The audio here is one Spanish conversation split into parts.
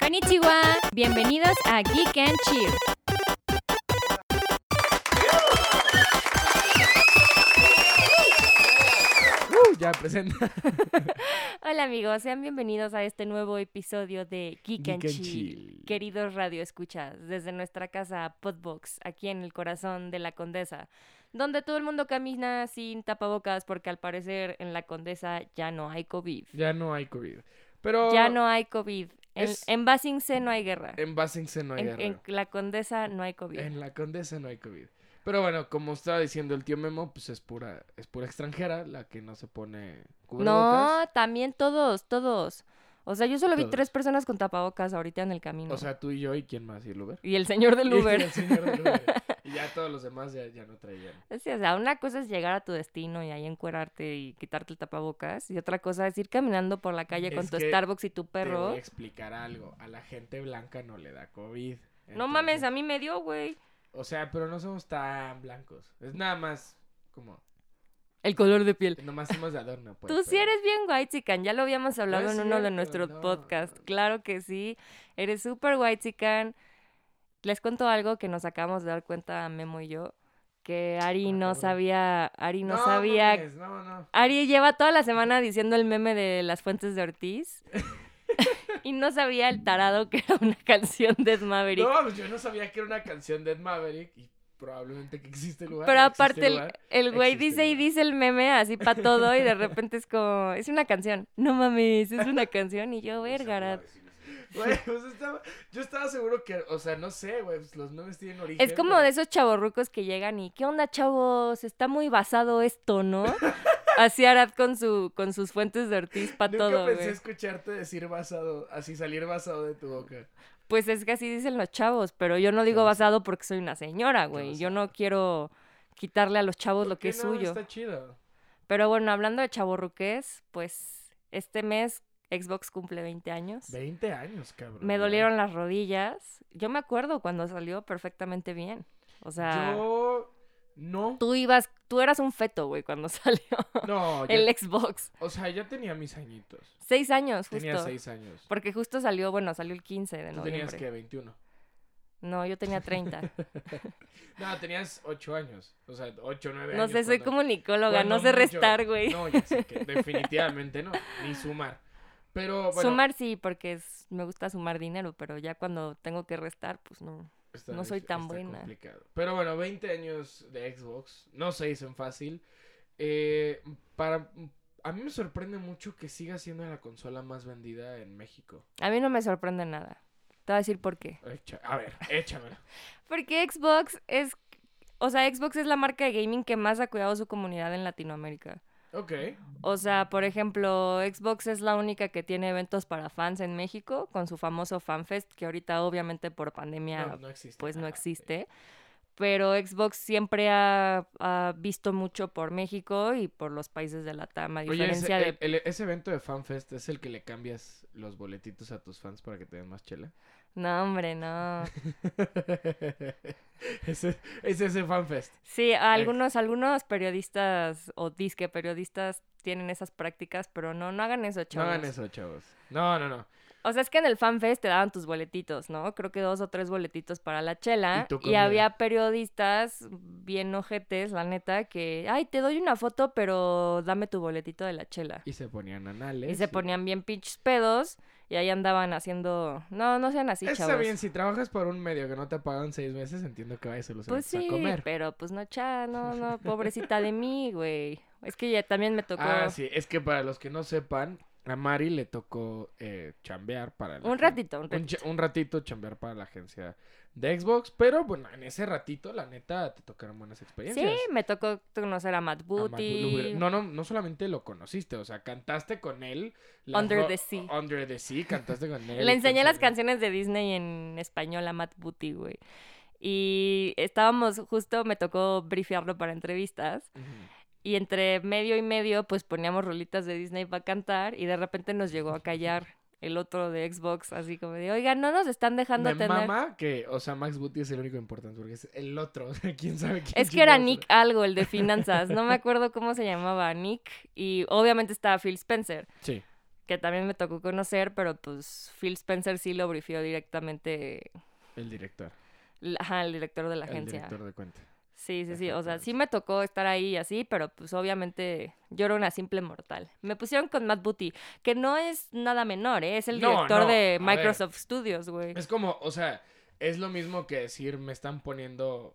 Konnichiwa. Bienvenidos a Geek and Chill. Uh, ya presenta. Hola amigos, sean bienvenidos a este nuevo episodio de Geek, and, Chill. Queridos radio escuchas, desde nuestra casa Podbox, aquí en el corazón de la Condesa, donde todo el mundo camina sin tapabocas porque al parecer en la Condesa ya no hay COVID. Ya no hay COVID. Pero Ya no hay COVID. En, Es- en Basingse no hay guerra. en Basingse no hay En, guerra. en la Condesa no hay COVID. En la Condesa no hay COVID. Pero bueno, como estaba diciendo el tío Memo, pues es pura, es pura extranjera la que no se pone cubrebocas. No, también todos, todos. O sea, yo solo vi Todos. tres personas con tapabocas ahorita en el camino. O sea, tú y yo y quién más, y el Uber. y el señor del Y, el Uber. señor del Uber. Y ya todos los demás ya, ya no traían. Sí, o sea, "Ah, una cosa es llegar a tu destino y ahí encuerarte y quitarte el tapabocas. Y otra cosa es ir caminando por la calle con Es tu que Starbucks y tu Te perro. voy a explicar algo. A la gente blanca no le da COVID. No Entonces- mames, a mí me dio, güey. O sea, pero no somos tan blancos. Es nada más como... El color de piel. Nomás somos de adorno, pues. Tú sí pero- eres bien whitezican, ya lo habíamos hablado es en uno de cierto, nuestros no, podcasts. no. Claro que sí, eres súper whitezican. Les cuento algo que nos acabamos de dar cuenta Memo y yo, que Ari Ah, no cabrón. sabía, Ari no, sabía. mames, no, no. Ari lleva toda la semana diciendo el meme de las fuentes de Ortiz. y no sabía el tarado que era una canción de Maverick. No, pues yo no sabía que era una canción de Ed Maverick y probablemente que existe el lugar. Pero existe aparte el, lugar. el güey existe dice y lugar. dice el meme así para todo y de repente es como, es una canción. No mames, es una canción y yo, verga. Güey, pues estaba- yo estaba seguro que, o sea, no sé, güey, pues los memes tienen origen. Es como pero- de esos chavorrucos que llegan y, ¿qué onda, chavos? Está muy basado esto, ¿no? Así Arad con, su, con sus fuentes de Ortiz para Nunca todo, pensé güey. escucharte decir basado, así salir basado de tu boca. Pues es que así dicen los chavos, pero yo no digo lo sé. basado porque soy una señora, güey. lo Yo sé. no quiero quitarle a los chavos Pues lo ¿Por qué que es no? suyo. Está chido. Pero bueno, hablando de chavorruques, pues este mes Xbox cumple 20 años. 20 años, cabrón. Me ya. dolieron las rodillas. Yo me acuerdo cuando salió perfectamente bien. O sea, Yo no. tú ibas, tú eras un feto, güey, cuando salió No, yo- el Xbox. o sea, ya tenía mis añitos. Seis años, justo. Tenía 6 años. Porque justo salió, bueno, salió el 15 de Tú tenías noviembre. que 21. No, yo tenía 30. No, tenías 8 años. O sea, 8, 9 No años. sé, soy cuando- comunicóloga, cuando no sé mucho. restar, güey. No, ya sé que definitivamente no. Ni sumar. Pero bueno. Sumar sí, porque es- me gusta sumar dinero, pero ya cuando tengo que restar, pues no. está- no soy tan está buena. complicado. Pero bueno, 20 años de Xbox. No se dicen fácil. Eh, para. A mí me sorprende mucho que siga siendo la consola más vendida en México. A mí no me sorprende nada. Te voy a decir por qué. Echa- a ver, échamela. Porque Xbox es, o sea, Xbox es la marca de gaming que más ha cuidado su comunidad en Latinoamérica. Ok. O sea, por ejemplo, Xbox es la única que tiene eventos para fans en México con su famoso FanFest, que ahorita obviamente por pandemia No, no existe. pues no Ajá, existe. Pero Xbox siempre ha, ha visto mucho por México y por los países de la TAM, a sí. Oye, ese, eh, diferencia de... el- el- ese evento de FanFest es el que le cambias los boletitos a tus fans para que te den más chela. No, hombre, no. ese, es ese fanfest. Sí, algunos, algunos periodistas o disque periodistas tienen esas prácticas, pero no, no hagan eso, No chavos. hagan eso, chavos. No, no, no. O sea, es que en el fanfest te daban tus boletitos, ¿no? Creo que dos o tres boletitos para la chela. Y tu Y, comida. había periodistas bien ojetes, la neta, que, ay, te doy una foto, pero dame tu boletito de la chela. Y se ponían anales. Y se ponían bien pinches pedos y ahí andaban haciendo... No, no sean así, Está chavos. bien, si trabajas por un medio que no te pagan seis meses, entiendo que vayas a los Pues eventos sí, a comer. pero pues no, cha, no, no, pobrecita de mí, güey. Es que ya también me tocó... Ah, sí, es que para los que no sepan, a Mari le tocó eh, chambear para... la Un gente. ratito, un Un, ratito. cha- un ratito chambear para la agencia de Xbox, pero bueno, en ese ratito, la neta, te tocaron buenas experiencias. Sí, me tocó conocer a Matt a Mark Booty. Wahlberg. No, no, no solamente lo conociste, o sea, cantaste con él. las Under ro- the Sea. Under the Sea, cantaste con él. Le enseñé las canciones. canciones de Disney en español a Matt Booty, güey. Y estábamos justo, me tocó brifearlo para entrevistas. Ujú. Y entre medio y medio, pues poníamos rolitas de Disney para cantar. Y de repente nos llegó a callar el otro de Xbox, así como de, oigan, no nos están dejando Me tener. mama que, o sea, Max Booty es el único importante, porque es el otro, o sea, quién sabe quién Es que era chingados Nick algo, el de finanzas. No me acuerdo cómo se llamaba Nick. Y obviamente estaba Phil Spencer. Sí. que también me tocó conocer, pero pues Phil Spencer sí lo brifió directamente, El director. l- ajá, el director de la agencia. El director de cuenta. Sí, sí, sí. O sea, Exactamente. sí me tocó estar ahí y así, pero pues obviamente yo era una simple mortal. Me pusieron con Matt Booty, que no es nada menor, ¿eh? Es el No, director no, de a ver. Microsoft Studios, güey. Es como, o sea, es lo mismo que decir, me están poniendo,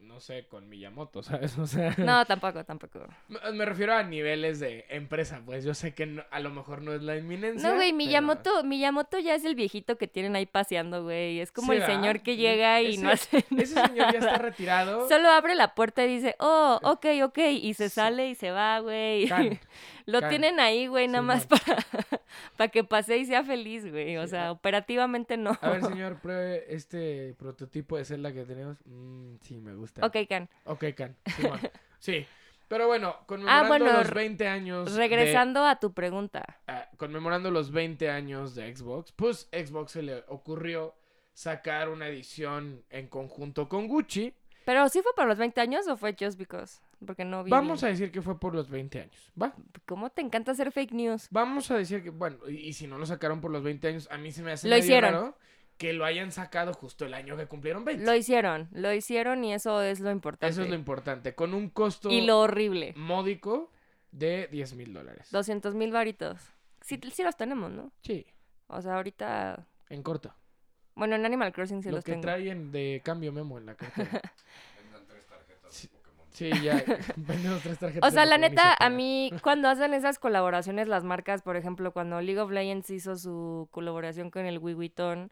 no sé, con Miyamoto, ¿sabes? O sea, No, tampoco, tampoco. me me refiero a niveles de empresa, pues yo sé que no- a lo mejor no es la inminencia. No, güey, pero- Miyamoto, Miyamoto ya es el viejito que tienen ahí paseando, güey. Es como Sí, el ¿verdad? señor que llega y Ese- no hace Ese señor ya está retirado. Solo abre la puerta y dice, oh, ok, ok, y se Sí. sale y se va, güey. Can. Lo can. tienen ahí, güey, nada más Simón. para, para que pase y sea feliz, güey. O Sí, sea, a- operativamente no. A ver, señor, pruebe este prototipo de celda que tenemos. Mm, sí, me gusta. Ok, Can. Ok, Can. Simón. Sí. Pero bueno, conmemorando Ah, bueno, los re- 20 años. de- Regresando a tu pregunta. ah, conmemorando los 20 años de Xbox, pues Xbox se le ocurrió sacar una edición en conjunto con Gucci. ¿Pero sí fue por los 20 años o fue just because? Porque no vi. Vamos a decir que fue por los 20 años, ¿va? ¿Cómo te encanta hacer fake news? Vamos a decir que, bueno, y, y si no lo sacaron por los 20 años, a mí se me hace Lo medio hicieron. raro que lo hayan sacado justo el año que cumplieron 20. Lo hicieron, lo hicieron y eso es lo importante. Eso es lo importante, con un costo y lo horrible. módico de 10 mil dólares. 200 mil varitos. Sí, sí los tenemos, ¿no? Sí, O sea, ahorita... en corto. Bueno, en Animal Crossing sí lo los que tengo. traen de cambio memo en la cartera. Vendan tres tarjetas Sí. de Pokémon. Sí, ya. Vendemos tres tarjetas. O sea, de la Pokémon y neta, se a paga. mí, cuando hacen esas colaboraciones las marcas, por ejemplo, cuando League of Legends hizo su colaboración con el Louis Vuitton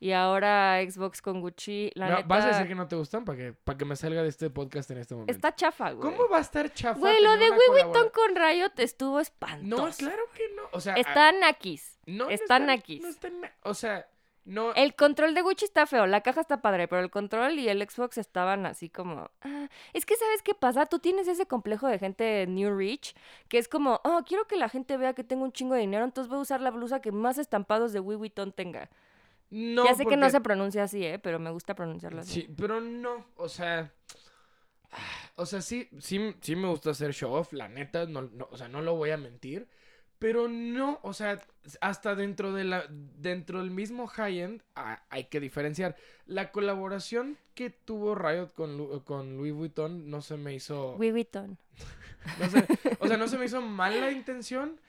y ahora Xbox con Gucci, la No, neta, Vas a decir que no te gustan para que, para que me salga de este podcast en este momento. está chafa, güey. ¿Cómo va a estar chafa? Güey, lo tener de una Louis Vuitton colabora- con Riot estuvo espantoso. No, claro que no. O sea, a- Están aquí. no, están no Eh, están- naquis. No están na- o sea, no. El control de Gucci está feo, la caja está padre, pero el control y el Xbox estaban así como... "Ah". Es que, ¿sabes qué pasa? Tú tienes ese complejo de gente de New Rich, que es como, oh, quiero que la gente vea que tengo un chingo de dinero, entonces voy a usar la blusa que más estampados de Louis Vuitton tenga. no, ya sé que no porque- se pronuncia así, ¿eh? Pero me gusta pronunciarlo así. Sí, pero no, o sea. ah, O sea, sí, sí, sí me gusta hacer show off, la neta, no, no, o sea, no lo voy a mentir. Pero no, o sea, hasta dentro de la, dentro del mismo high-end a- hay que diferenciar. La colaboración que tuvo Riot con, Lu- con Louis Vuitton no se me hizo. Louis Vuitton. no se- o sea, no se me hizo mala intención.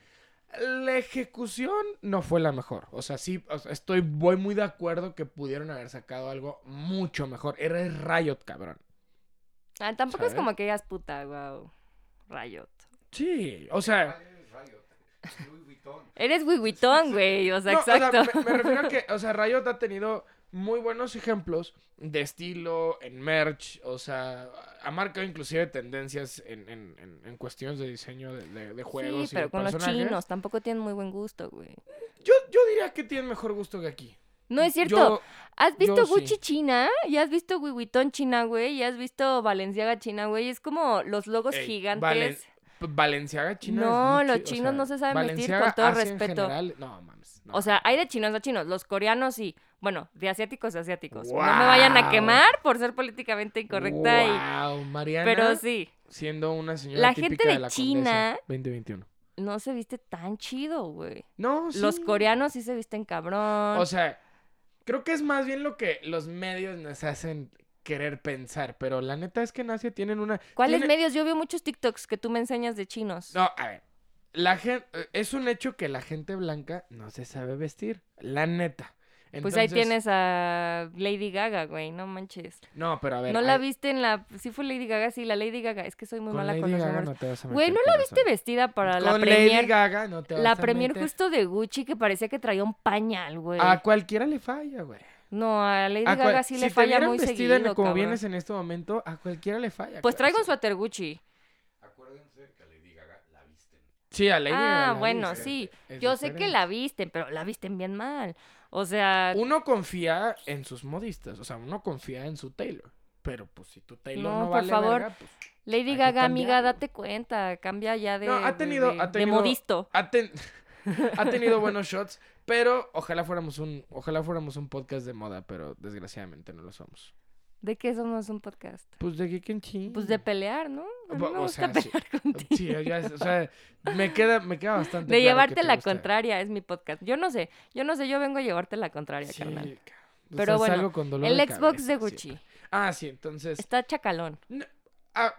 La ejecución no fue la mejor. O sea, sí, o sea, estoy voy muy de acuerdo que pudieron haber sacado algo mucho mejor. Eres Riot, cabrón. Ah, tampoco es ¿Sabes? como que digas puta, wow. Riot. Sí, o sea, Vale, Riot, Louis Vuitton. Eres Louis Vuitton, güey. O sea, no, o sea, exacto. me, me refiero a que, o sea, Riot ha tenido muy buenos ejemplos de estilo en merch, o sea, ha marcado inclusive tendencias en, en- en- en cuestiones de diseño de, de- de juegos. sí, y pero de con los personajes. chinos tampoco tienen muy buen gusto, güey. Yo, yo diría que tienen mejor gusto que aquí. No es cierto. Yo- ¿Has visto Yo Gucci sí. China? ¿Y has visto Louis Vuitton China, güey? ¿Y has visto Valenciaga China, güey? Es como los logos Ey, gigantes. Eh, Valen- P- Valenciaga china. No, es muy los chi- o chinos sea, no se saben vestir, Balenciaga, con todo Asia en respeto. general- no mames. no. O sea, hay de chinos a chinos, los coreanos sí. Bueno, de asiáticos a asiáticos. No me vayan a Guau. quemar por ser políticamente incorrecta y... Guau, Mariana, Pero sí, siendo una señora la típica gente de la China- Condesa, 2021. no se viste tan chido, güey. No, Pues sí. Los coreanos sí se visten cabrón. O sea, creo que es más bien lo que los medios nos hacen querer pensar, pero la neta es que en Asia tienen una ¿Cuáles tiene- medios? Yo veo muchos TikToks que tú me enseñas de chinos. No, a ver. La gente es un hecho que la gente blanca no se sabe vestir, la neta. Pues ahí Entonces- tienes a Lady Gaga, güey, no manches. No, pero a ver. no la ahí- viste en la... Sí fue Lady Gaga, sí, la Lady Gaga. Es que soy muy con mala Lady con los Gaga nombres. no te vas a Güey, meter, ¿no la corazón. viste vestida para la Con Lady premier? Gaga no te vas La a premier meter. justo de Gucci que parecía que traía un pañal, güey. A cualquiera le falla, güey. No, a Lady A cual- Gaga sí le Ah, si te falla vieran muy vestida seguido, en- como cabrón. vienes en este momento, a cualquiera le falla. Pues cabrón. traigo un suéter Gucci. Acuérdense que a Lady Gaga la visten. Sí, a Lady Gaga Ah, la bueno, viste. sí. Es Yo sé que diferente. Uh, la visten, pero la visten bien mal. O sea, Uno confía en sus modistas, o sea, uno confía en su Taylor. Pero pues si tu Taylor No, no, por vale favor. verga, pues, Lady hay que Gaga, amiga, cambiarlo. date cuenta. Cambia ya de... No, ha de- tenido- de- ha de tenido- modisto. ha, ten- ha tenido buenos shots, pero ojalá fuéramos un ojalá fuéramos un podcast de moda, pero desgraciadamente no lo somos. ¿De qué somos un podcast? Pues de Geek en Chill. Pues de pelear, ¿no? A mí Bo- me o gusta sea, sí. pelear contigo. Sí, ya es- o sea, me queda, me queda bastante. de claro que llevarte te la gusta. contraria es mi podcast. Yo no sé, yo no sé, yo vengo a llevarte la contraria, Sí, carnal. cabrón. O Pero sea, bueno, salgo con dolor El de Xbox de cabeza Gucci siempre. Ah, sí, entonces. está chacalón. ah,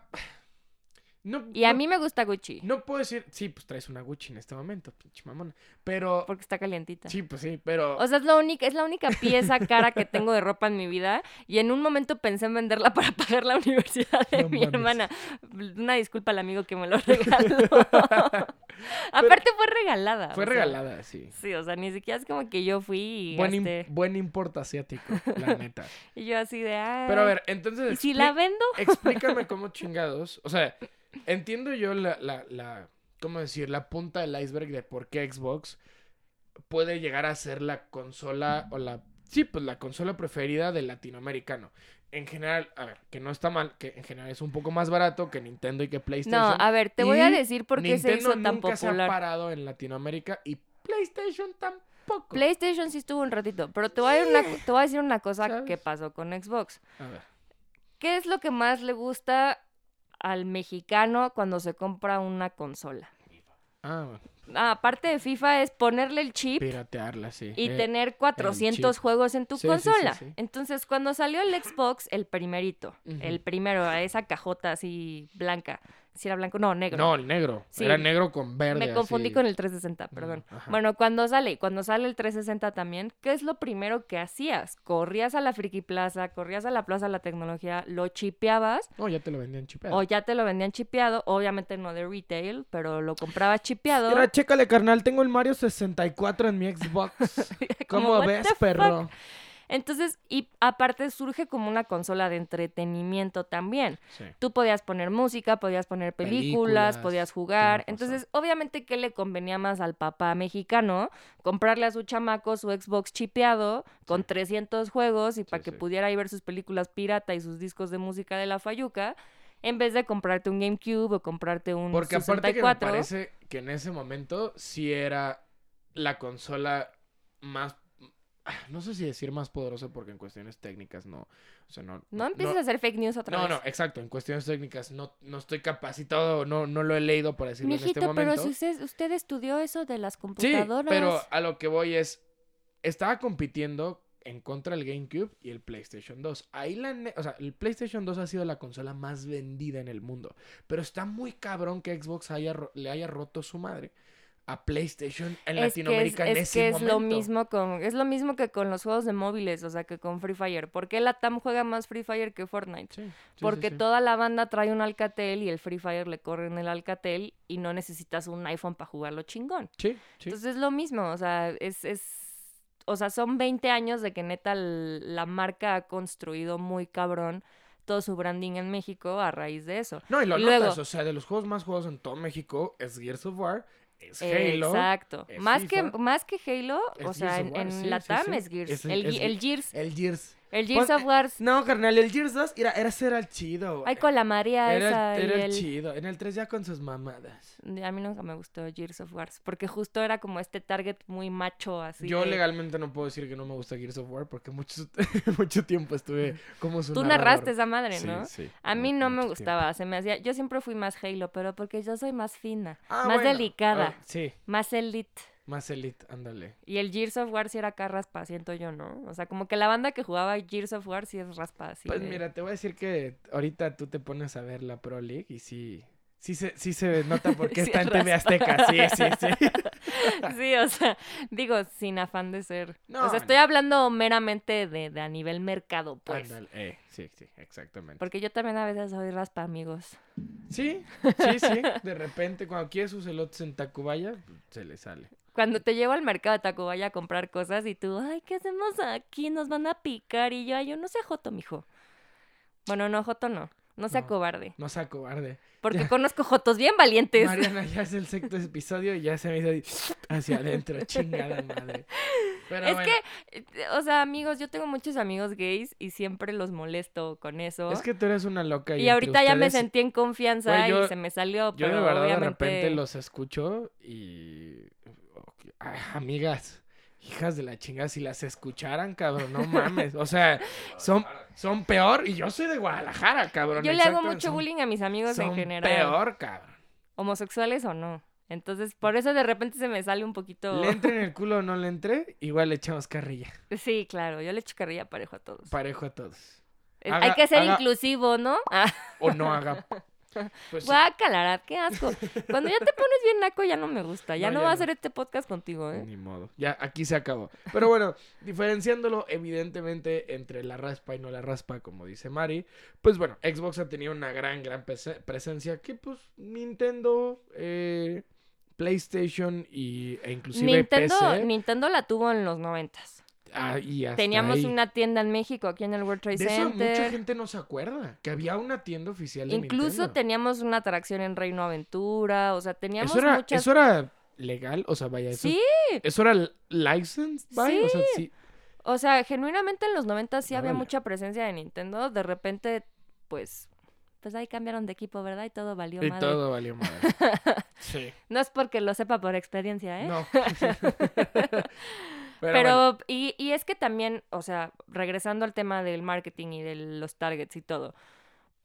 no, Y a no- mí me gusta Gucci No puedo decir. Sí, pues traes una Gucci en este momento, pinche mamona. Pero. porque está calientita. Sí, pues sí, pero. O sea, es la única, es la única pieza cara que tengo de ropa en mi vida. Y en un momento pensé en venderla para pagar la universidad de No mi mames. hermana. Una disculpa al amigo que me lo regaló. Aparte fue regalada. fue o sea, regalada, sí. Sí, o sea, ni siquiera es como que yo fui y Buen, im- gasté. buen import asiático, la neta. Y yo así de, ah. Pero a ver, entonces. ¿Y si la expli- vendo? Explícame cómo chingados. O sea, entiendo yo la, la, la. ¿Cómo decir? La punta del iceberg de por qué Xbox puede llegar a ser la consola o la. Sí, pues la consola preferida del latinoamericano. En general, a ver, que no está mal, que en general es un poco más barato que Nintendo y que PlayStation. No, a ver, te voy a y decir por qué se hizo tan nunca se ha popular. parado en Latinoamérica y PlayStation tampoco. PlayStation sí estuvo un ratito, pero te voy a, dar una co- te voy a decir una cosa ¿Sabes? que pasó con Xbox. A ver. ¿Qué es lo que más le gusta al mexicano cuando se compra una consola? Ah, bueno, Ah, aparte de FIFA es ponerle el chip piratearla, sí. y Eh, tener 400 chip. juegos en tu Sí, sí, sí, consola. sí. Entonces, cuando salió el Xbox, el primerito, Ujú. el primero, a esa cajota así blanca, si era blanco, no, negro. No, el negro. Sí. Era negro con verde. Me confundí así. con el 360, perdón. Mm, ajá. Bueno, cuando sale, y cuando sale el 360 también, ¿qué es lo primero que hacías? Corrías a la Friki Plaza, corrías a la Plaza de la Tecnología, lo chipeabas No, ya te lo vendían chipeado. o ya te lo vendían chipeado, obviamente no de retail, pero lo comprabas chipeado. Mira, chécale, carnal, tengo el Mario 64 en mi Xbox. Como, ¿Cómo what ves, the fuck? perro? Entonces, y aparte surge como una consola de entretenimiento también. Sí. Tú podías poner música, podías poner películas, Películas, podías jugar. tienes razón. Entonces, obviamente, ¿qué le convenía más al papá mexicano? Comprarle a su chamaco su Xbox chipeado con 300 juegos y para que sí. pudiera ahí ver sus películas pirata y sus discos de música de la Fayuca, en vez de comprarte un GameCube o comprarte un Porque aparte que me 64. parece que en ese momento sí era la consola más... No sé si decir más poderosa porque en cuestiones técnicas no... O sea, no... No empieces a hacer fake news otra No, vez. no, exacto. En cuestiones técnicas no, no estoy capacitado, no, no lo he leído para decirlo en este Mijito, momento. pero si usted, usted estudió eso de las Sí, computadoras. pero a lo que voy es. Estaba compitiendo en contra el GameCube y el PlayStation 2. Ahí la. ne- O sea, el PlayStation 2 ha sido la consola más vendida en el mundo. Pero está muy cabrón que Xbox haya ro- le haya roto su madre a PlayStation en es que es, Latinoamérica en es ese que es momento. lo mismo con es lo mismo que con los juegos de móviles, o sea, que con Free Fire. ¿Por qué la TAM juega más Free Fire que Fortnite? Sí, sí, sí, Porque sí. toda la banda trae un Alcatel y el Free Fire le corre en el Alcatel y no necesitas un iPhone para jugarlo chingón. Sí, sí. Entonces es lo mismo, o sea, es, es- o sea, son 20 años de que neta l- la marca ha construido muy cabrón todo su branding en México a raíz de eso. No, y lo y luego- notas, o sea, de los juegos más jugados en todo México es Gears of War, es Halo. Exacto. es Más que, FIFA, más que Halo, o es sea, Gears en, of War, en sí, sí, la TAM sí. es Gears. Es- el, es Ge- el Ge- Gears. El Gears. El Gears Pon- of War. No, carnal, el Gears 2 era, era ser al chido. Ay, con la María Era, esa. el- y era el- el chido. En el 3 ya con sus mamadas. A mí nunca me gustó Gears of War. Porque justo era como este target muy macho, así. Yo de, legalmente no puedo decir que no me gusta Gears of War porque mucho, mucho tiempo estuve como su Tú narrador. narraste esa madre, Sí, ¿no? sí, A mí mu- no me mucho gustaba, se me hacía. Yo siempre fui más Halo, pero porque yo soy más fina, tiempo. Ah, más bueno. delicada, Ah, sí, más elite. más elite, ándale. Y el Gears of War sí era acá raspa, siento yo, ¿no? O sea, como que la banda que jugaba Gears of War sí es raspa, así. Pues de- mira, te voy a decir que ahorita tú te pones a ver la Pro League y sí. Sí se, sí se nota por qué Sí, está en TV raspa. Azteca. Sí, sí, sí. Sí, o sea, digo, sin afán de ser. o No, sea, estoy hablando meramente de, de a nivel mercado, pues. Ándale, eh, sí, sí, exactamente. Porque yo también a veces soy raspa, amigos. Sí, sí, sí. De repente, cuando quieres sus elotes en Tacubaya, pues, se le sale. Cuando te llevo al mercado de Tacubaya a comprar cosas y tú, ay, ¿qué hacemos aquí? Nos van a picar. Y yo, ay, yo no sé joto, mijo. Bueno, no, joto no. No sea No. cobarde. No sea cobarde. Porque Ya. conozco jotos bien valientes. Mariana, ya es el sexto episodio y ya se me hizo ahí hacia adentro, chingada madre. Pero es bueno, que, eh, o sea, amigos, yo tengo muchos amigos gays y siempre los molesto con eso. es que tú eres una loca. Y, y entre ahorita ya me ustedes- sentí en confianza Güey, yo- y se me salió, Yo pero de verdad de obviamente... repente los escucho y. ok, ah, amigas, hijas de la chingada, si las escucharan, cabrón, no mames. O sea, son, Son peor. Y yo soy de Guadalajara, cabrón. Yo le hago exacto, mucho son- bullying a mis amigos en son general. peor, cabrón. Homosexuales o no. Entonces, por eso de repente se me sale un poquito. Le entre en el culo o no le entre, igual le echamos carrilla. Sí, claro, yo le echo carrilla parejo a todos. Parejo a todos. Eh, haga- Hay que ser haga- inclusivo, ¿no? Ah, O no haga. Pues sí. guácala, qué asco. Cuando ya te pones bien naco, ya no me gusta. Ya no, No, ya voy a no. hacer este podcast contigo, ¿eh? Ni modo. Ya, aquí se acabó. Pero bueno, diferenciándolo evidentemente entre la raspa y no la raspa, como dice Mari, pues bueno, Xbox ha tenido una gran, gran pese- presencia que pues Nintendo, eh, PlayStation y, e inclusive Nintendo, PC. Nintendo la tuvo en los noventas. ah, y hasta Teníamos ahí. una tienda en México, aquí en el World Trade De eso mucha Center. gente no se acuerda, que había una tienda oficial de Incluso Nintendo. teníamos una atracción en Reino Aventura, o sea, teníamos eso era, muchas... eso era legal, o sea, vaya, eso, Sí, eso era l- licensed by, o sea, sí, o sea, genuinamente en los 90 sí había Órale. mucha presencia de Nintendo. De repente, pues, pues ahí cambiaron de equipo, ¿verdad? Y todo valió y madre. todo valió madre. sí. No es porque lo sepa por experiencia, ¿eh? No. Pero, bueno, y, y es que también, o sea, regresando al tema del marketing y de los targets y todo,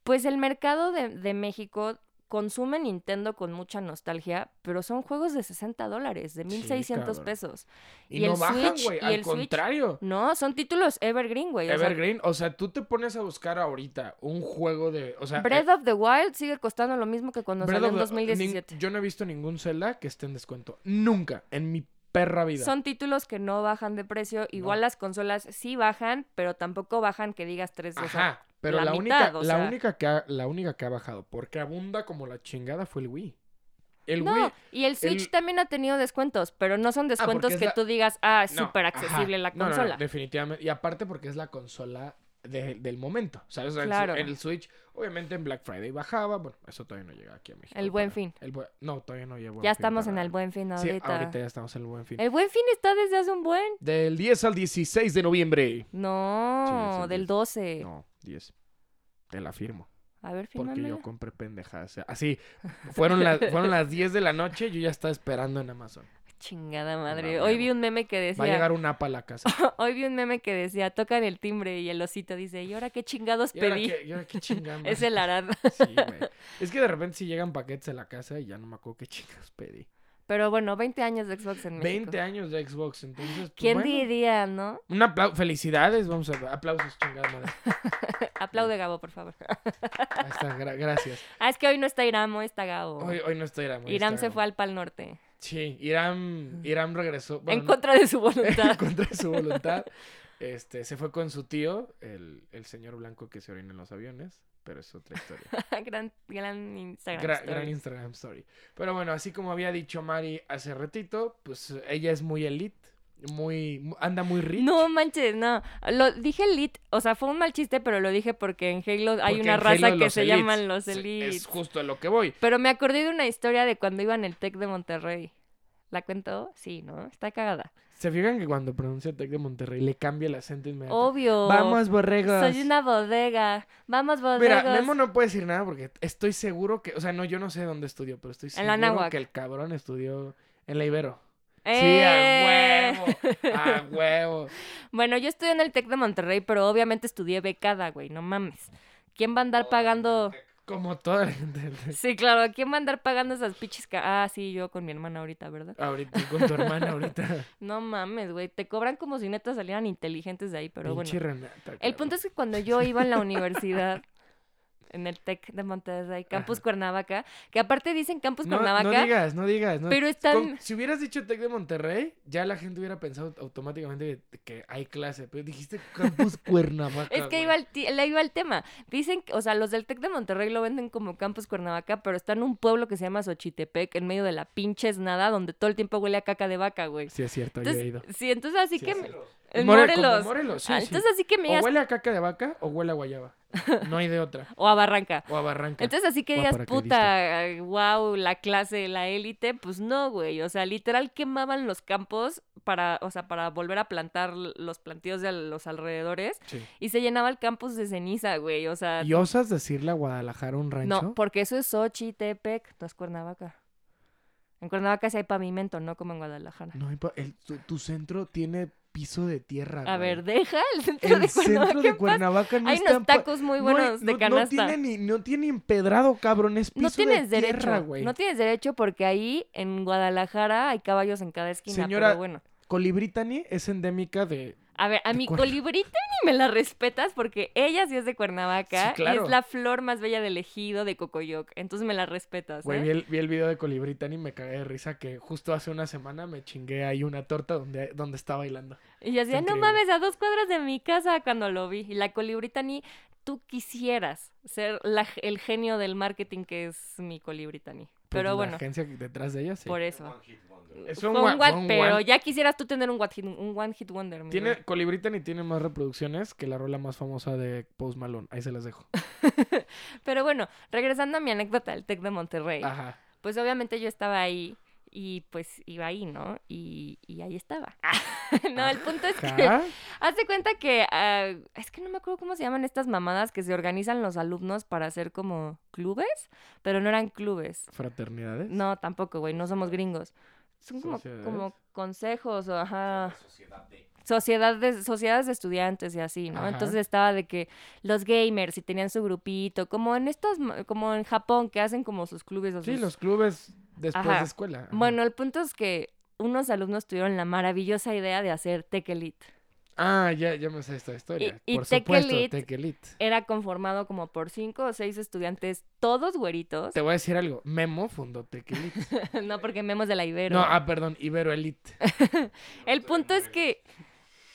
pues el mercado de, de México consume Nintendo con mucha nostalgia, pero son juegos de 60 dólares, de 1.600 cabrón. pesos. y, y no el bajan, Switch, güey. y Al el Switch. contrario. No, son títulos evergreen, güey. o sea, Evergreen, o sea, tú te pones a buscar ahorita un juego de. O sea, Breath eh, of the Wild sigue costando lo mismo que cuando Breath salió en of the- nin- 2017. yo no he visto ningún Zelda que esté en descuento. Nunca. En mi perra vida. Son títulos que no bajan de precio. Igual No. las consolas sí bajan, pero tampoco bajan que digas tres o sea, Ajá. Pero la la, mitad, única, o la, sea. única que ha, la única que ha bajado, porque abunda como la chingada, fue el Wii. El No, Wii. y el Switch el- Ah, también ha tenido descuentos, pero no son descuentos es que la- tú digas, ah, No, súper accesible ajá. la No, no, no, consola. definitivamente. Y aparte porque es la consola de- del momento. ¿Sabes? O sea, el su- Claro. En el Switch, obviamente en Black Friday bajaba. Bueno, eso todavía no llega aquí a México. El Buen para- Fin. el bu- no, todavía no llegó. ya estamos en el buen fin Sí, ahorita. Eh. ahorita ya estamos en el buen fin. El buen fin está desde hace un buen. Del 10 al 16 de noviembre. No, Sí, sí, del sí. 12. No, 10. Te la firmo. A ver, Porque fírmamela. yo compré pendejadas. O sea, Así, fueron, las fueron las 10 de la noche. Yo ya estaba esperando en Amazon. Chingada madre. la Hoy huevo. vi un meme que Va a decía, llegar un app a la casa. hoy vi un meme que decía, tocan el timbre y el osito dice, ¿y ahora qué chingados ¿Y ahora pedí? qué- y ahora qué chingada Es madre? el arad. Sí, güey. Es que de repente si llegan paquetes a la casa y ya no me acuerdo qué chicas pedí. Pero bueno, 20 años de Xbox en México. 20 años de Xbox, entonces. pues, ¿Quién bueno. diría, no? Un aplauso. Felicidades, vamos a aplausos, chingada madre. Aplaude Gabo, por favor. Ahí está, gra- gracias. Ah, es que hoy no está Irán, hoy está Gabo. Hoy, hoy no está Iram. hoy Irán Oh. está se Gabo. fue al Pal Norte. Sí, Iram, Iram regresó. bueno, en no, contra de su voluntad. en contra de su voluntad. Este, se fue con su tío, el, el señor blanco que se orina en los aviones, pero es otra historia. gran, gran Instagram. Gra- story. gran Instagram story. Pero bueno, así como había dicho Mari hace ratito, pues eh, ella es muy elite, muy mu- anda muy rich. no manches, no. Lo dije elite, o sea, fue un mal chiste, pero lo dije porque en Halo hay porque una en raza Halo que los se elites. llaman los Sí, elites. Es justo a lo que voy. Pero me acordé de una historia de cuando iba en el Tec de Monterrey. ¿La cuento? Sí, ¿no? Está cagada. ¿Se fijan que cuando pronuncia Tec de Monterrey le cambia el acento inmediato? Obvio. Vamos, borregos. Soy una bodega. Vamos, Mira, bodegas. Memo no puede decir nada porque estoy seguro que, o sea, no, yo no sé dónde estudió, pero estoy En la seguro Anáhuac. que el cabrón estudió en la Ibero. ¡Eh! Sí, a huevo, a huevo. Bueno, yo estudié en el Tec de Monterrey, pero obviamente estudié becada, güey, no mames. ¿Quién va a Oh, andar pagando? Como toda la gente del Tec. Sí, claro, ¿quién va a andar pagando esas pinches? ca- Ah, sí, yo con mi hermana ahorita, ¿verdad? Ahorita, con tu hermana ahorita. No mames, güey, te cobran como si neta salieran inteligentes de ahí, pero bueno. Pinche Renata, El cabrón. punto es que cuando yo iba en la universidad, en el TEC de Monterrey, Campus Ajá. Cuernavaca, que aparte dicen Campus no, no Cuernavaca, digas, no digas. No. pues, pero están... Con- si hubieras dicho Tec de Monterrey, ya la gente hubiera pensado automáticamente que, que hay clase. Pero dijiste Campus Cuernavaca. Es que güey. iba al, ti- le iba al tema. Dicen, que- o sea, los del TEC de Monterrey lo venden como Campus Cuernavaca, pero está en un pueblo que se llama Xochitepec, en medio de la pinche nada, donde todo el tiempo huele a caca de vaca, güey. Sí, es cierto, yo he ido. Entonces, sí, entonces así Sí, que... es me- Celos. en More- como Morelos. Morelos, sí, Ah, sí. entonces así que me O digas... huele a caca de vaca o huele a guayaba. No hay de otra. O a Barranca. O a barranca. Entonces así que O a digas, paracaidista. puta, wow, la clase, la élite, pues no, güey. O sea, literal quemaban los campos para, o sea, para volver a plantar l- los plantíos de los alrededores Sí. y se llenaba el campus de ceniza, güey. O sea, ¿Y osas decirle a Guadalajara un rancho? ah, No, porque eso es Xochitepec, no es Cuernavaca. En Cuernavaca sí hay pavimento, no como en Guadalajara. No hay pa- el- tu, tu centro tiene piso de tierra. A güey. ver, deja el centro el de Cuernavaca. centro de en paz. Cuernavaca no Hay está unos en pa- tacos muy no hay- buenos no- de canasta. No tiene, ni, no tiene empedrado, cabrón. Es piso No tienes de derecho. tierra, güey. No tienes derecho porque ahí en Guadalajara hay caballos en cada esquina. Señora- Pero bueno. Colibritani es endémica de. A ver, a De mi acuerdo. colibrita ni me la respetas porque ella sí es de Cuernavaca Sí, claro. y es la flor más bella del ejido de Cocoyoc. Entonces me la respetas. Güey, ¿eh? vi el, vi el video de Colibritani y me cagué de risa que justo hace una semana me chingué ahí una torta donde, donde está bailando. Pues, Y yo decía, no increíble. mames, a dos cuadras de mi casa cuando lo vi. Y la colibrita ni tú quisieras ser la- el genio del marketing que es mi colibrita ni. Pues, Pero la bueno, agencia por detrás de ella, sí. por Es eso. One hit wonder. Es Fue un un one- what- fue un pero one. ya quisieras tú tener un one hit, un one hit wonder. mi Tiene, rey. Colibritani tiene más reproducciones que la rola más famosa de Post Malone. Ahí se las dejo. Pero bueno, regresando a mi anécdota del Tec de Monterrey. Ajá. pues obviamente yo estaba ahí y pues iba ahí, ¿no? Y, y ahí estaba. no, el punto es que Ajá. haz de cuenta que ah, es que no me acuerdo cómo se llaman estas mamadas que se organizan los alumnos para hacer como clubes, pero no eran clubes. Fraternidades. No, tampoco, güey, no somos gringos. Son como, ¿Sociedades? como consejos o ajá La sociedad de. sociedades, sociedades de estudiantes y así, ¿no? Ajá. Entonces estaba de que los gamers y tenían su grupito, como en estas, ma- como en Japón que hacen como sus clubes. o Sí, sus- los clubes después pues Ajá. de escuela. Ajá. Bueno, el punto es que unos alumnos tuvieron la maravillosa idea de hacer Tequelit. Ah, ya, ya me sé esta historia. Y- y Por supuesto, Tequelit- Tequelit. Era conformado como por cinco o seis estudiantes, todos güeritos. Te voy a decir algo. Memo fundó Tequelit. no porque memos de la Ibero. No, ah, perdón, Ibero Elite. el punto es que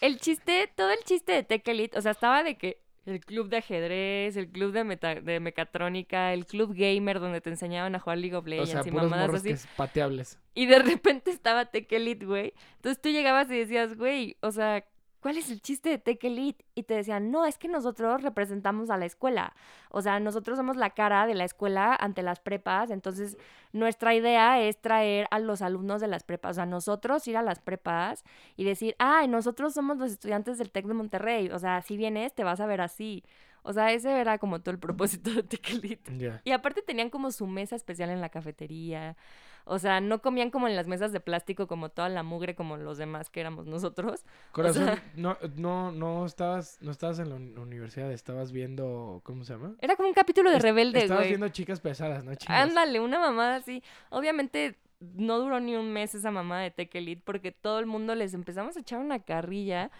el chiste, todo el chiste de Tequelit, o sea, estaba de que el club de ajedrez, el club de, meta- de mecatrónica, el club gamer donde te enseñaban a jugar League of O Legends sea, y puros mamadas morros así. que es pateables. Y de repente estaba Tequelit, güey. Entonces tú llegabas y decías, güey, o sea, ¿cuál es el chiste de Tequelit? Y te decían, no, es que nosotros representamos a la escuela. O sea, nosotros somos la cara de la escuela ante las prepas. Entonces, nuestra idea es traer a los alumnos de las prepas. O sea, nosotros ir a las prepas y decir, ah, nosotros somos los estudiantes del TEC de Monterrey. O sea, si vienes, te vas a ver así. O sea, ese era como todo el propósito de Tequelit. Ya. Y aparte tenían como su mesa especial en la cafetería. O sea, no comían como en las mesas de plástico, como toda la mugre, como los demás que éramos nosotros. Corazón, no, no, no estabas, no estabas en la uni- universidad, estabas viendo, ¿cómo se llama? Era como un capítulo de Est- Rebelde, estabas güey. viendo chicas pesadas, ¿no? Chingas. Ándale, una mamada así. Obviamente no duró ni un mes esa mamada de Tequelit porque todo el mundo les empezamos a echar una carrilla.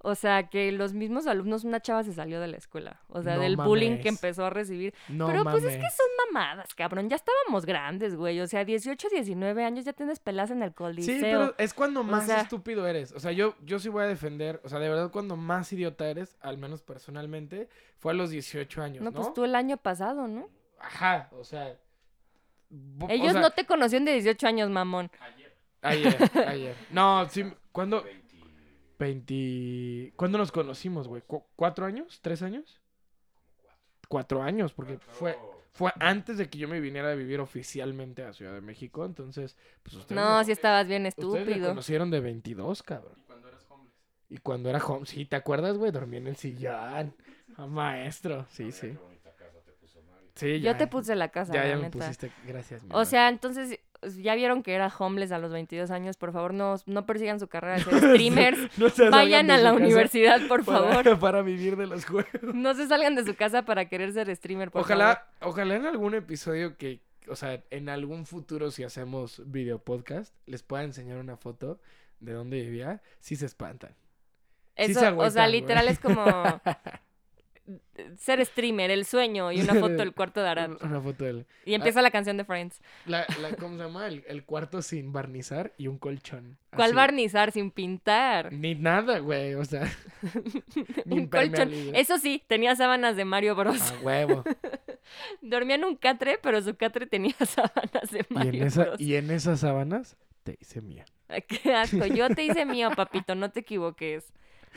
O sea, que los mismos alumnos, una chava se salió de la escuela. O sea, No del bullying que mames. empezó a recibir. No Pero pues es que mames. son mamadas, cabrón. Ya estábamos grandes, güey. O sea, 18, 19 años ya tienes pelas en el coliseo. Sí, pero es cuando más sea- estúpido eres. O sea, yo, yo sí voy a defender, o sea, de verdad, cuando más idiota eres, al menos personalmente, fue a los 18 años, ¿no? No, pues tú el año pasado, ¿no? Ajá, o sea... bo- o Ellos sea, no te conocían de 18 años, mamón. Ayer. Ayer, ayer. No, sí, ¿cuándo? 20, 20... ¿Cuándo nos conocimos, güey? ¿Cu- ¿Cuatro años? ¿Tres años? Cuatro años, porque fue... cuatro, Fue antes de que yo me viniera a vivir oficialmente a Ciudad de México, entonces, pues ustedes... No, me- si estabas bien ustedes me estúpido. conocieron de 22, cabrón. Y cuando eras homeless. Y cuando era home, sí, ¿te acuerdas, güey? Dormía en el sillón. A maestro. Sí, Mira sí. Qué bonita casa te puso Mario. Sí, Yo ya. ¿eh? te puse la casa, Ya, la ya me neta. pusiste. Gracias, mi O amor. sea, entonces, pues, ya vieron que era homeless a los 22 años. Por favor, no, no persigan su carrera de ser streamers. No se salgan Vayan de a su la casa universidad, por para- favor. Para, vivir de los juegos. No se salgan de su casa para querer ser streamer, por favor. Ojalá, ojalá en algún episodio que. O sea, en algún futuro, si hacemos video podcast, les pueda enseñar una foto de dónde vivía. Si se espantan. sí Eso, se o sea, agüitan, güey. literal es como ser streamer, el sueño y una foto del cuarto de Arad. Una foto del. Y Ah. empieza la canción de Friends. La, la- ¿Cómo se llama? El, el cuarto sin barnizar y un colchón. ¿Cuál Así. barnizar sin pintar? Ni nada, güey. O sea. ni un colchón. impermeabilidad. Eso sí, tenía sábanas de Mario Bros. A huevo. Dormía en un catre, pero su catre tenía sábanas de Y en, Mario esa, Bros. Ah, y en esas sábanas te hice mía. Qué asco. Yo te hice mío, papito, no te equivoques.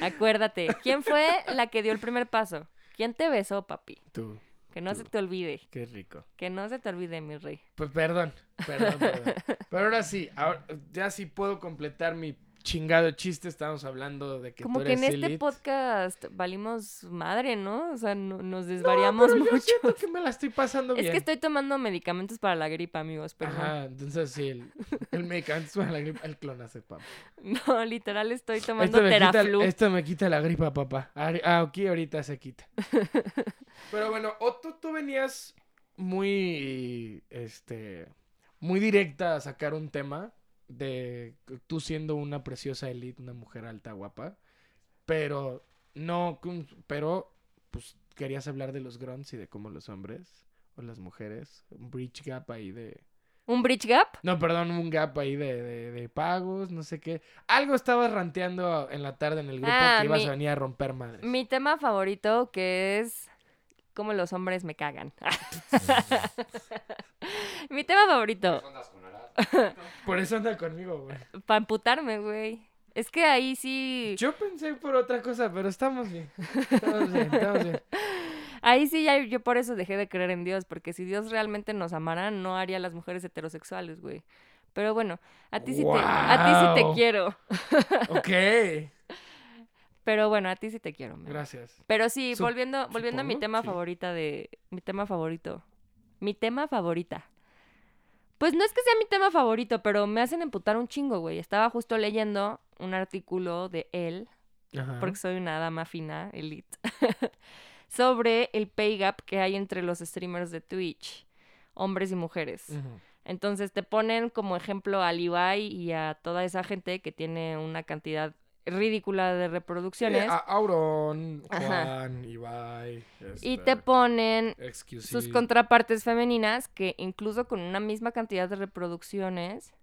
Acuérdate, ¿quién fue la que dio el primer paso? ¿Quién te besó, papi? Tú, Que no se Tú. te olvide, qué rico. que no se te olvide, mi rey. Pues perdón, perdón, perdón. Pero ahora sí, ahora, ya sí puedo completar mi chingado chiste estábamos hablando de que Como tú que en eres este elite. podcast valimos madre, ¿no? O sea, no- nos desvariamos Pero yo mucho. siento que me la estoy pasando bien. Es que estoy tomando medicamentos para la gripa, amigos, perdón. Ajá, entonces sí, el, el medicamento para la gripa, el clonazepam. No, literal estoy tomando Esto me, quita, teraflu. esto me quita la gripa, papá. Ari- Ah, aquí ahorita se quita. Pero bueno, Otto, tú venías muy, este, muy directa a sacar un tema de tú siendo una preciosa elite, una mujer alta, guapa, pero no, cum- pero pues querías hablar de los grunts y de cómo los hombres o las mujeres, un bridge gap ahí de... ¿Un bridge gap? No, perdón, un gap ahí de, de- de pagos, no sé qué. Algo estabas ranteando en la tarde en el grupo Ah, que ibas mi- a venir a romper madres. Mi tema favorito que es cómo los hombres me cagan. Mi tema favorito, ¿Qué andas con Arad? Por eso anda conmigo, güey. para amputarme, güey. Es que ahí sí, Yo pensé por otra cosa, pero estamos bien. Estamos bien, estamos bien. ahí sí ya yo por eso dejé de creer en Dios, porque si Dios realmente nos amara, no haría a las mujeres heterosexuales, güey. Pero bueno, a ti sí te, a ti sí te Guau. quiero. Ok. Pero bueno, a ti sí te quiero. mi amor. Gracias. Pero sí, Sup- volviendo, volviendo a mi supongo, tema sí. favorita de. Mi tema favorito. Mi tema favorita. Pues no es que sea mi tema favorito, pero me hacen emputar un chingo, güey. Estaba justo leyendo un artículo de él, Ajá. porque soy una dama fina, elite, sobre el pay gap que hay entre los streamers de Twitch, hombres y mujeres. Ujú. Entonces te ponen como ejemplo al Ibai y a toda esa gente que tiene una cantidad ridícula de Sí, reproducciones. Eh, a- Auron, Ajá. Juan, Ibai. Y este, te ponen Excuse sus me. contrapartes femeninas que incluso con una misma cantidad de reproducciones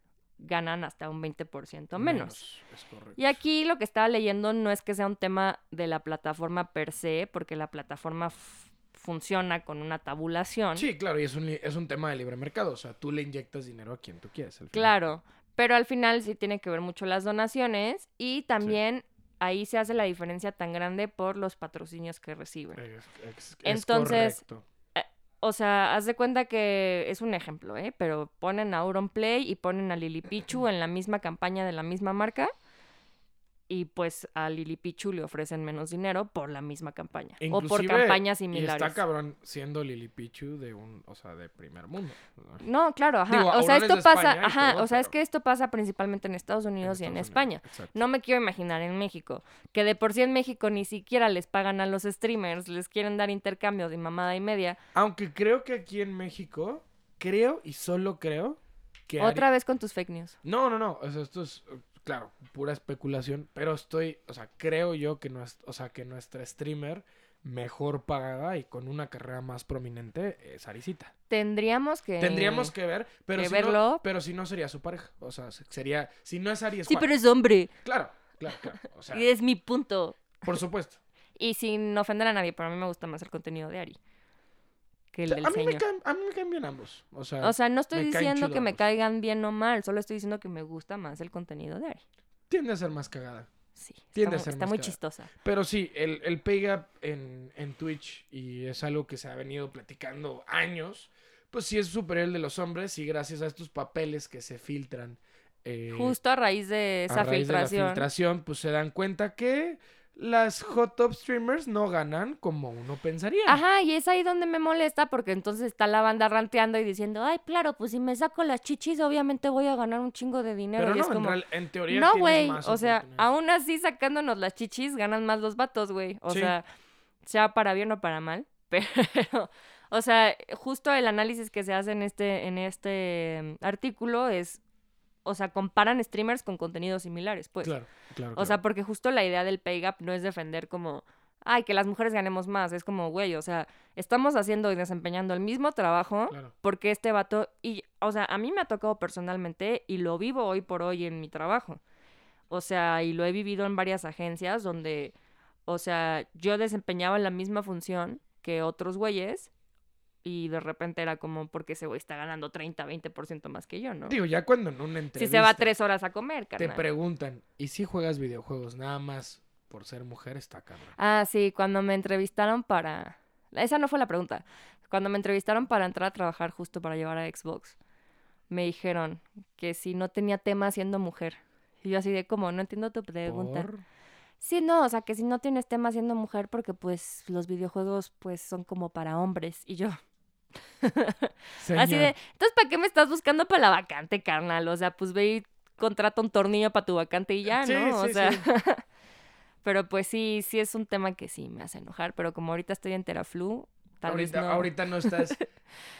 ganan hasta un 20% menos. Es correcto. Y aquí lo que estaba leyendo no es que sea un tema de la plataforma per se, porque la plataforma f- funciona con una tabulación. Sí, claro, y es un, li- es un tema de libre mercado. O sea, tú le inyectas dinero a quien tú quieres. al final. Claro, pero al final sí tiene que ver mucho las donaciones y también ahí se hace la diferencia tan grande por los patrocinios que reciben. Es- es- es Entonces, correcto. O sea, haz de cuenta que es un ejemplo, ¿eh? Pero ponen a Auronplay y ponen a Lili Pichu en la misma campaña de la misma marca. Y pues a Lili Pichu le ofrecen menos dinero por la misma campaña. o por Inclusive, campañas Y similares. está cabrón siendo Lili Pichu de un, o sea, de primer mundo. ¿no? no, claro, ajá. o Digo, sea, Aurora es esto de pasa, España y ajá. todo, o sea, es pero- que esto pasa principalmente en Estados Unidos y en Estados España. Unidos, exacto. No me quiero imaginar en México, que de por sí en México ni siquiera les pagan a los streamers, les quieren dar intercambio de mamada y media. Aunque creo que aquí en México, creo y solo creo que... Ari- Otra vez con tus fake news. No, no, no. o sea, esto es, eh, claro, pura especulación. Pero estoy, o sea, creo yo que, nues- o sea, que nuestra streamer mejor pagada y con una carrera más prominente es Arisita. Tendríamos que... Tendríamos que ver, pero, que si verlo. No, pero si no sería su pareja. O sea, se- sería, si no es Aries Sí, Juan. pero es hombre. Claro, claro, claro. O sea, Y es mi punto. por supuesto. Y sin ofender a nadie, pero a mí me gusta más el contenido de Ari que el del a, mí me señor. caen, a mí me caen bien ambos. O sea, O sea, no estoy me caen diciendo que chidos me ambos. caigan bien o mal, solo estoy diciendo que me gusta más el contenido de Ari. tiende a ser más cagada. Sí, está Tiende a mu- ser está, más muy cara. chistosa. Pero sí, el, el pay gap en, en Twitch, y es algo que se ha venido platicando años, pues sí es superior al de los hombres y gracias a estos papeles que se filtran. eh, Justo a raíz de esa a raíz de la filtración. filtración, pues se dan cuenta que las hot top streamers no ganan como uno pensaría. Ajá, y es ahí donde me molesta porque entonces está la banda ranteando y diciendo, ay, claro, pues si me saco las chichis, obviamente voy a ganar un chingo de dinero. Pero y no, es en, como, real- en teoría. no, tienes güey. más O sea, oportunidades. aún así sacándonos las chichis, ganan más los vatos, güey. O Sí. sea, sea para bien o para mal. Pero, o sea, justo el análisis que se hace en este, en este mm, artículo es, o sea, comparan streamers con contenidos similares, pues. Claro, claro. O claro. sea, porque justo la idea del pay gap no es defender como, ay, que las mujeres ganemos más. Es como, güey, o sea, estamos haciendo y desempeñando el mismo trabajo Claro. porque este vato, y, o sea, a mí me ha tocado personalmente y lo vivo hoy por hoy en mi trabajo. O sea, y lo he vivido en varias agencias donde, o sea, yo desempeñaba la misma función que otros güeyes y de repente era como, porque ese güey está ganando 30, 20% más que yo, ¿no? Digo, ya cuando en una entrevista. si se va tres horas a comer, te carnal. preguntan, ¿y si juegas videojuegos? Nada más por ser mujer está cabrón. Ah, sí, cuando me entrevistaron para... Esa no fue la pregunta. Cuando me entrevistaron para entrar a trabajar justo para llevar a Xbox, me dijeron que si no tenía tema siendo mujer. Y yo así de como, no entiendo tu pregunta. Por- Sí, no, o sea, que si no tienes tema siendo mujer, porque pues los videojuegos pues son como para hombres. Y yo, así Ah, de, Señor. entonces, ¿para qué me estás buscando para la vacante, carnal? O sea, pues ve y contrata un tornillo para tu vacante y ya, ¿no? Sí, o sí, sea, sí. pero pues sí, sí es un tema que sí me hace enojar, pero como ahorita estoy en Teraflu, tal vez ahorita, no, ahorita no estás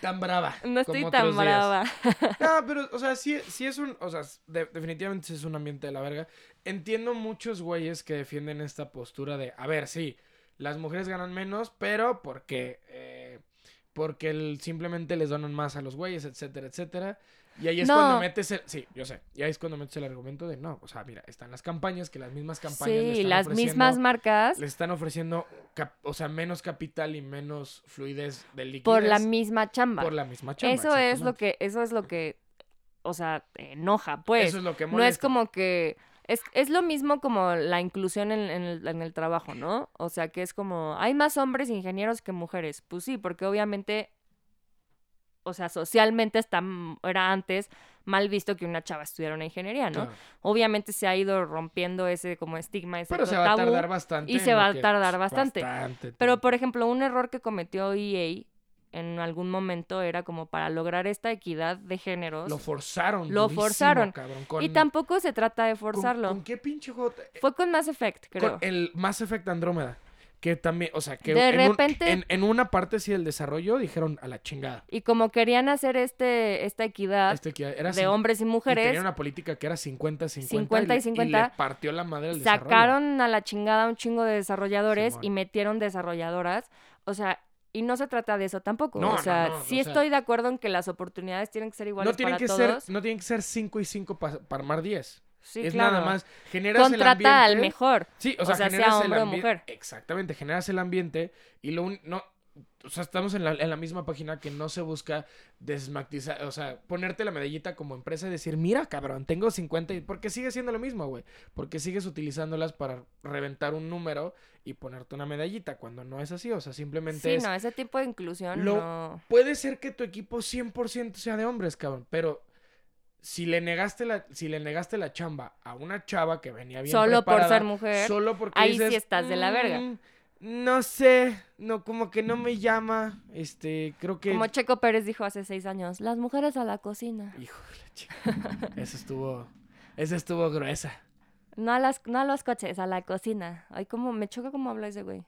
tan brava. no estoy como tan otros días. brava. No, pero, o sea, sí, sí es un. O sea, de- definitivamente sí es un ambiente de la verga. Entiendo muchos güeyes que defienden esta postura de. A ver, sí, las mujeres ganan menos, pero porque. eh, porque el- simplemente les donan más a los güeyes, etcétera, etcétera. Y ahí es No. cuando metes el. Sí, yo sé. Y ahí es cuando metes el argumento de no. O sea, mira, están las campañas, que las mismas campañas. le Sí, están las ofreciendo- mismas marcas Les están ofreciendo, cap- o sea, menos capital y menos fluidez de liquidez. por la misma chamba. por la misma chamba. eso es lo exactamente. que, eso es lo que, o sea, enoja, pues. Eso es lo que no es molesta. como que. Es, es lo mismo como la inclusión en, en el, en el trabajo, ¿no? O sea, que es como. Hay más hombres ingenieros que mujeres. Pues sí, porque obviamente. O sea, socialmente está, era antes mal visto que una chava estudiara una ingeniería, ¿no? Claro. Obviamente se ha ido rompiendo ese como estigma, ese Pero se va a tabú. tardar bastante. y en se lo va a que- tardar bastante. Pero, tiempo. por ejemplo, un error que cometió EA en algún momento era como para lograr esta equidad de géneros. Lo forzaron. Lo durísimo, forzaron. cabrón, con- Y tampoco se trata de con- forzarlo. ¿Con, qué pinche juego? te- Fue con Mass Effect, creo. Con el Mass Effect Andrómeda. Que también, o sea, que De en un- repente- en, en una parte sí del desarrollo dijeron a la chingada. Y como querían hacer este, esta equidad Este que era de cin- hombres y y tenía mujeres, una política que era 50-50. 50 y le- le 50, partió la madre al desarrollo. sacaron a la chingada un chingo de desarrolladores y Simón. metieron desarrolladoras. O sea, y no se trata de eso tampoco. No, o no, sea, no, sí o sea- estoy de acuerdo en que las oportunidades tienen que ser iguales No tienen, para que ser, todos. no tienen que ser 5 y 5 para armar 10. Sí, es claro. nada más. Generas el Contrata al ambiente- mejor. Sí, o sea, sea, sea generas el hombre o ambi- mujer. Exactamente, generas el ambiente y lo un- no o sea, estamos en la, en la misma página que no se busca desmactizar, o sea, ponerte la medallita como empresa y decir, mira, cabrón, tengo 50 y porque sigue siendo lo mismo, güey, porque sigues utilizándolas para reventar un número y ponerte una medallita cuando no es así, o sea, simplemente Sí, es- no, ese tipo de inclusión Lo- no. puede ser que tu equipo 100% sea de hombres, cabrón, pero si le negaste la si le negaste la chamba a una chava que venía bien Solo por preparada, ser mujer, solo porque ahí sí dices, estás de la verga. "Mm, no sé, no como que no me llama, este, creo que Como Checo Pérez dijo hace seis años, las mujeres a la cocina. hijo de la chica. Eso estuvo esa estuvo gruesa. No a, las, no a los coches, a la cocina. Ay, como me choca cómo habla ese güey.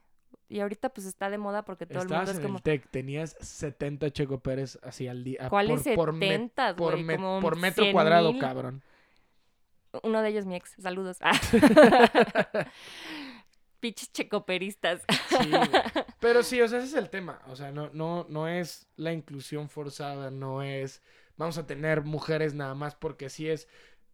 Y ahorita pues está de moda porque todo el mundo Estabas es en como... el Tech, tenías 70 Checo Pérez así al día ¿Cuáles por, por, 70, por, güey? met- Como por metro 100,000. cuadrado, cabrón. Uno de ellos mi ex, saludos. Ah. Pinches checoperistas. Sí, güey. Pero sí, o sea, ese es el tema. O sea, no, no, no es la inclusión forzada, no es vamos a tener mujeres nada más porque sí es.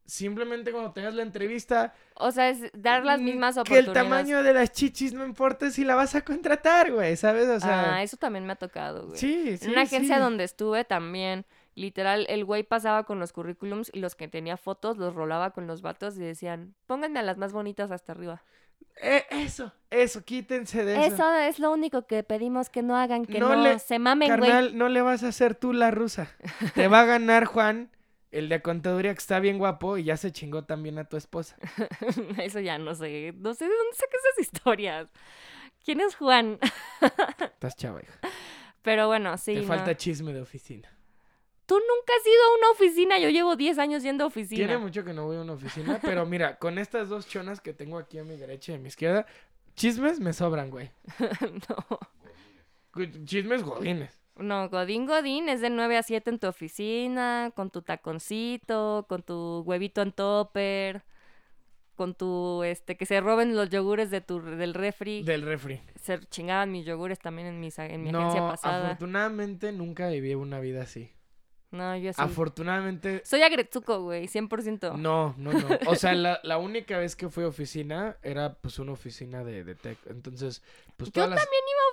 Simplemente cuando tengas la entrevista, O sea, es dar las mm, mismas Que oportunidades. el tamaño de las chichis no importa si la vas a contratar, güey, ¿sabes? O sea, Ah, eso también me ha tocado, güey. sí, sí. en una agencia sí. donde estuve también, literal, el güey pasaba con los currículums y los que tenía fotos los rolaba con los vatos y decían, pónganme a las más bonitas hasta arriba. Eh, eso, eso, quítense de eso. Eso, es lo único que pedimos que no hagan, que no, No le- se mamen, güey. Carnal, no le vas a hacer tú la rusa. Te va a ganar Juan, el de contaduría que está bien guapo y ya se chingó también a tu esposa. Eso ya no sé, no sé de dónde saca esas historias. ¿Quién es Juan? Estás chava, hija. Pero bueno, sí. Te no. falta chisme de oficina. Tú nunca has ido a una oficina, yo llevo 10 años yendo a oficina. Tiene mucho que no voy a una oficina, pero mira, con estas dos chonas que tengo aquí a mi derecha y a mi izquierda, chismes me sobran, güey. no. Cu- Chismes godines. No, Godín Godín es de 9 a 7 en tu oficina, con tu taconcito, con tu huevito en topper, con tu, este, que se roben los yogures de tu, del refri. Del refri. Se chingaban mis yogures también en, mis, en mi agencia No, pasada. afortunadamente nunca viví una vida así. No, yo sí. Afortunadamente, Soy agretsuco, güey, 100%. no, no, no. O sea, la, la única vez que fui a oficina era pues una oficina de, de tech. Entonces, pues Yo todas las...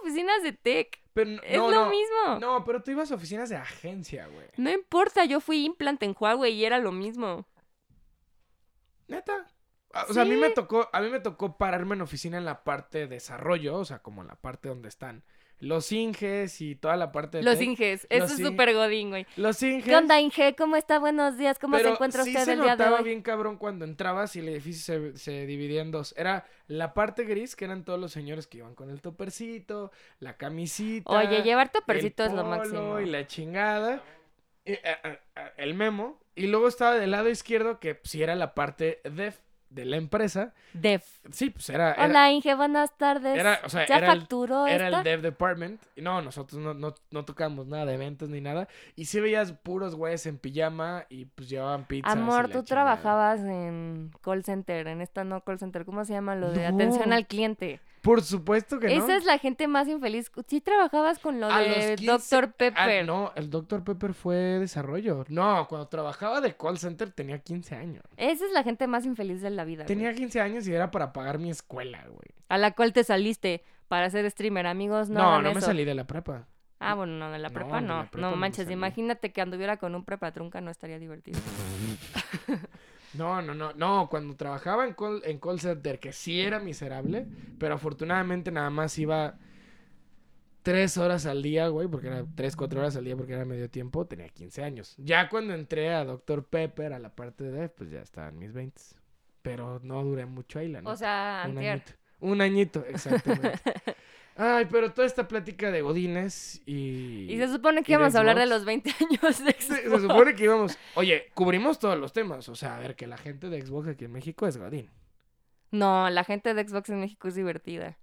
Oficinas de tech, Pero no, es no, lo no. mismo. No. No, pero tú ibas a oficinas de agencia, güey. importa, yo fui implante en Huawei y era lo mismo. Neta. Ah, O sea, a mí me Sí. tocó, a mí me tocó pararme en oficina en la parte de desarrollo, o sea, como en la parte donde están los Inges y toda la parte de Los tech. Inges. Los Eso es Inge- súper godín, güey. Los Inges. ¿Qué onda, Inge? ¿Cómo está? Buenos días. ¿Cómo se Pero encuentra sí usted se el día de notaba hoy? bien cabrón cuando entrabas y el edificio se, se dividía en dos. Era la parte gris, que eran todos los señores que iban con el topercito, la camisita. Oye, llevar el topercito es lo polo máximo. Y la chingada. y, eh, eh, eh, el memo. Y luego estaba del lado izquierdo, que si era la parte de, de la empresa. Def. Sí, pues era. era- Hola, Inge, buenas tardes. Era- o sea, ¿Ya era el- facturó Era esta? el Dev Department. Y No, nosotros no, no, no tocamos nada de eventos ni nada. Y sí veías puros güeyes en pijama y pues llevaban pizza. Amor, tú trabajabas en call center, en esta no call center, ¿cómo se llama lo de atención No. al cliente? Por supuesto que no. Esa es la gente más infeliz. Sí trabajabas con lo A de los 15 Dr. Ah, Pepper. no, el Dr. Pepper fue desarrollo. No, cuando trabajaba de call center tenía 15 años. Esa es la gente más infeliz de la vida. güey. Tenía 15 años y era para pagar mi escuela, güey. A la cual te saliste para ser streamer, amigos, no, No, no, hagan me eso. salí de la prepa. Ah, bueno, no, de la No, prepa de la no. prepa no no me manches, salí. imagínate que anduviera con un prepa trunca, no estaría divertido. No, no, no, no, cuando trabajaba en call, en call center, que sí era miserable, pero afortunadamente nada más iba tres horas al día, güey, porque era tres, cuatro horas al día porque era medio tiempo, tenía 15 años. Ya cuando entré a Dr. Pepper, a la parte de, pues ya estaban mis 20. Pero no duré mucho ahí, la O neta. sea, Un antier. añito. Un añito, exactamente. Ay, pero toda esta plática de Godines y... Y se supone que y de íbamos a hablar de Xbox. los 20 años de Se, se Xbox. supone que íbamos... Oye, cubrimos todos los temas. O sea, a ver, que la gente de Xbox aquí en México es Godín. No, la gente de Xbox en México es divertida.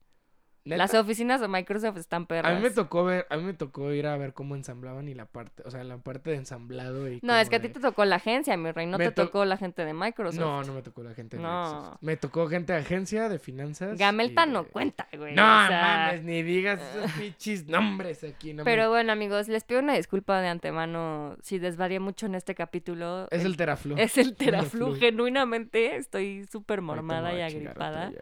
Neta. Las oficinas de Microsoft están A perras. mí me tocó ver, a mí me tocó ir a ver cómo ensamblaban y la parte, o sea, la parte de ensamblado y No, es como que a ti de- te tocó la agencia, mi rey. No Me te to- tocó la gente de Microsoft. No, no me tocó la gente de No. Microsoft. Me tocó gente de agencia, de finanzas. Gamelta y de- no cuenta, güey. No, o sea, eh. mames, ni digas esos pinches nombres aquí. No Pero mames. bueno, amigos, les pido una disculpa de antemano si desvarié mucho en este capítulo. Es el teraflu. Es el teraflu, Teraflu. genuinamente estoy súper mormada y agripada.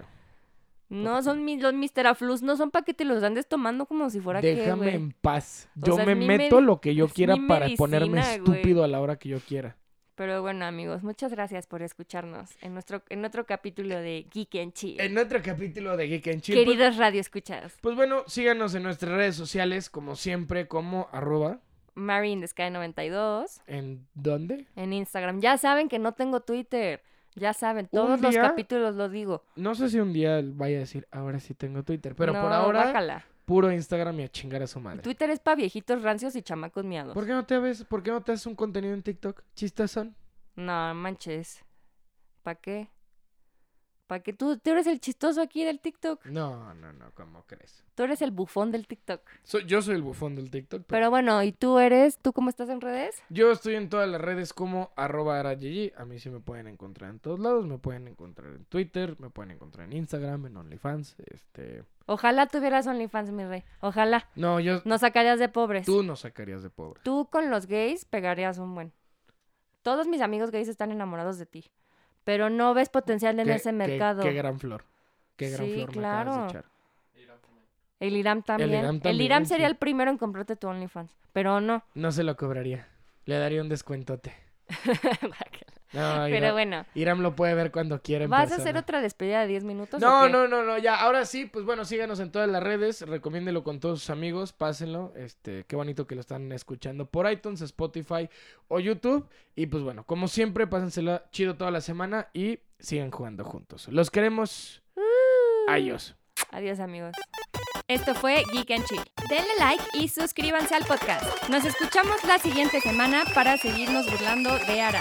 No, son mis, los mis teraflus, no son para que te los andes tomando como si fuera que, Déjame güey. en paz. O Yo sea, es me mi meto medi- lo que yo es quiera mi para ponerme medicina, güey. estúpido a la hora que yo quiera. Pero bueno, amigos, muchas gracias por escucharnos en nuestro en otro capítulo de Geek and Chill. En otro capítulo de Geek and Chill. pues- Queridos radio escuchas, pues bueno, síganos en nuestras redes sociales, como siempre, como arroba. Mary in the Sky 92 ¿En dónde? en Instagram. Ya saben que no tengo Twitter. Ya saben, todos Un los día- capítulos lo digo. No sé si un día vaya a decir, ahora sí tengo Twitter, pero por No, ahora, guácala. puro Instagram y a chingar a su madre. Twitter es para viejitos rancios y chamacos miados. ¿Por qué no te ves, por qué no te haces un contenido en TikTok? Chistazón. No, manches. ¿Para qué? ¿Para qué? Tú, tú eres el chistoso aquí del TikTok. No, no, no, ¿cómo crees? Tú eres el bufón del TikTok. Soy- yo soy el bufón del TikTok, pero, Pero bueno, ¿y tú eres? ¿Tú cómo estás en redes? yo estoy en todas las redes como arroba arayeye. A mí sí me pueden encontrar en todos lados, me pueden encontrar en Twitter, me pueden encontrar en Instagram, en OnlyFans, este... Ojalá tuvieras OnlyFans, mi rey. Ojalá. No, yo... Nos sacarías de pobres. Tú no sacarías de pobre. Tú con los gays pegarías un buen. Todos mis amigos gays están enamorados de ti. Pero no ves potencial en Qué- ese qué- mercado. Qué, gran flor. Qué gran Sí, flor me claro. acabas de echar. El Iram también. El Iram Iram, también, sería sí. el primero en comprarte tu OnlyFans. Pero no. No se lo cobraría. Le daría un descuentote. No, Pero Iram- bueno. Iram lo puede ver cuando quiera. en ¿Vas a persona. hacer otra despedida de 10 minutos? o No, qué? no, no, no, ya. Ahora sí, pues bueno, síganos en todas las redes, recomiéndelo con todos sus amigos, pásenlo. Este, qué bonito que lo están escuchando por iTunes, Spotify o YouTube. Y pues bueno, como siempre, pásensela chido toda la semana y sigan jugando juntos. Los queremos. Uh. Adiós. Adiós, amigos. Esto fue Geek and Chill. Denle like y suscríbanse al podcast. Nos escuchamos la siguiente semana para seguirnos burlando de Ara.